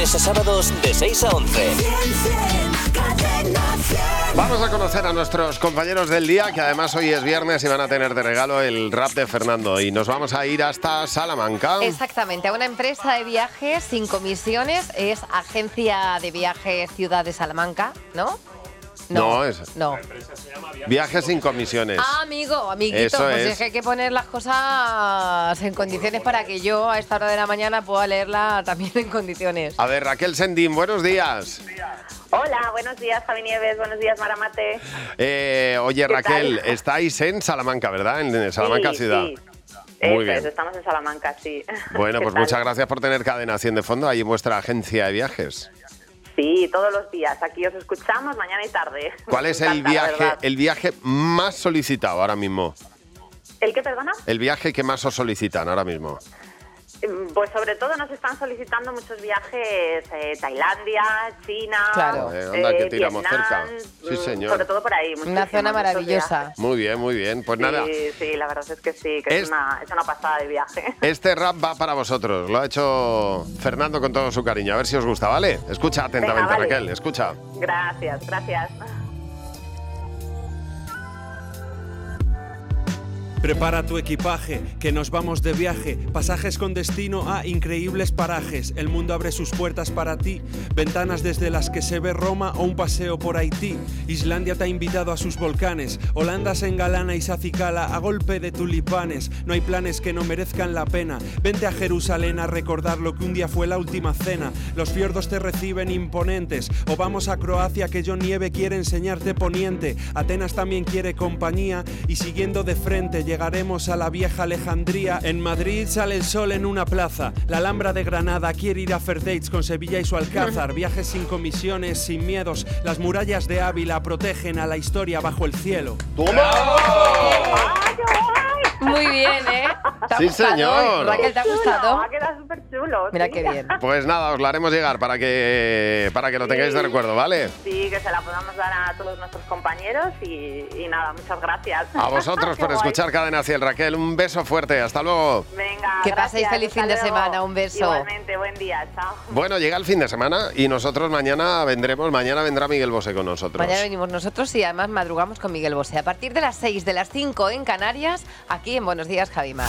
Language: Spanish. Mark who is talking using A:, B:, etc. A: a sábados de 6 a 11.
B: Vamos a conocer a nuestros compañeros del día, que además hoy es viernes y van a tener de regalo el rap de Fernando. Y nos vamos a ir hasta Salamanca.
C: Exactamente, a una empresa de viajes sin comisiones, es Agencia de Viajes Ciudad de Salamanca, ¿no?
B: No, es
C: No.
B: viajes sin comisiones.
C: Ah, amigo, amiguito,
B: Eso
C: pues
B: es.
C: es que hay que poner las cosas en condiciones para que yo a esta hora de la mañana pueda leerla también en condiciones.
B: A ver, Raquel Sendín, buenos días.
D: Hola, buenos días, Javi Nieves. Buenos días, Maramate.
B: Eh, oye,
D: ¿Qué
B: Raquel,
D: tal?
B: estáis en Salamanca, ¿verdad? En, en Salamanca
D: Sí,
B: ciudad.
D: sí.
B: Muy
D: Eso
B: bien.
D: es, estamos en Salamanca, sí.
B: Bueno,
D: ¿Qué
B: pues
D: tal?
B: muchas gracias por tener Cadena 100 de fondo ahí en vuestra agencia de viajes.
D: Pues Sí, todos los días. Aquí os escuchamos mañana y tarde.
B: ¿Cuál
D: Me
B: es el
D: encanta, la
B: viaje,
D: verdad.
B: el viaje más solicitado ahora mismo?
D: ¿El qué, perdona?
B: El viaje que más os solicitan ahora mismo.
D: Mm, Pues sobre todo nos están solicitando muchos viajes eh, Tailandia, China.
C: Claro.
B: Eh, anda, que tiramos
D: Vietnam,
B: cerca. Sí,
D: mm,
B: señor.
D: Sobre todo por ahí.
C: Una
D: muchísimos,
C: zona
D: muchos
C: maravillosa.
B: Muy bien, muy bien. Pues nada,
D: viajes. Sí, sí, la verdad es que sí, que es,
B: Es-
D: una, es una pasada de viaje.
B: este rap va para vosotros. Lo ha hecho Fernando con todo su cariño. A ver si os gusta, ¿vale? Escucha atentamente,
D: vale.
B: Raquel, escucha.
D: Gracias, gracias.
E: Prepara tu equipaje, que nos vamos de viaje. Pasajes con destino a increíbles parajes. El mundo abre sus puertas para ti. Ventanas desde las que se ve Roma o un paseo por Haití. Islandia te ha invitado a sus volcanes. Holanda se engalana y se acicala a golpe de tulipanes. No hay planes que no merezcan la pena. Vente a Jerusalén a recordar lo que un día fue la última cena. Los fiordos te reciben imponentes. O vamos a Croacia, que John Nieve quiere enseñarte poniente. Atenas también quiere compañía. Y siguiendo de frente llegaremos a la vieja Alejandría. En Madrid sale el sol en una plaza. La Alhambra de Granada quiere ir a Ferdates con Sevilla y su Alcázar. Viajes sin comisiones, sin miedos. Las murallas de Ávila protegen a la historia bajo el cielo.
B: Oh.
D: ¡Ay, qué guay!
C: Muy bien, ¿eh? ¿Te ha
B: Sí,
C: gustado?
B: señor.
C: Raquel, ¿te ha
D: Chulo,
C: gustado?
D: Ha quedado súper chulo.
C: Mira qué bien.
B: Pues nada, os la haremos llegar para que, para que lo tengáis de
D: Sí.
B: recuerdo, ¿vale?
D: Sí, que se la podamos dar a todos nuestros compañeros y, y nada, muchas gracias.
B: A vosotros
D: Qué
B: por
D: guay.
B: escuchar Cadena 100, Raquel. Un beso fuerte. Hasta luego.
D: Venga,
C: Que paséis
D: gracias,
C: feliz
D: hasta
C: fin de
D: luego.
C: semana, un beso.
D: Igualmente, buen día, chao.
B: Bueno, llega el fin de semana y nosotros mañana vendremos. Mañana vendrá Miguel Bosé con nosotros.
C: Mañana venimos nosotros y además madrugamos con Miguel Bosé. A partir de las 6 de las 5 en Canarias, aquí en Buenos Días, Javimar.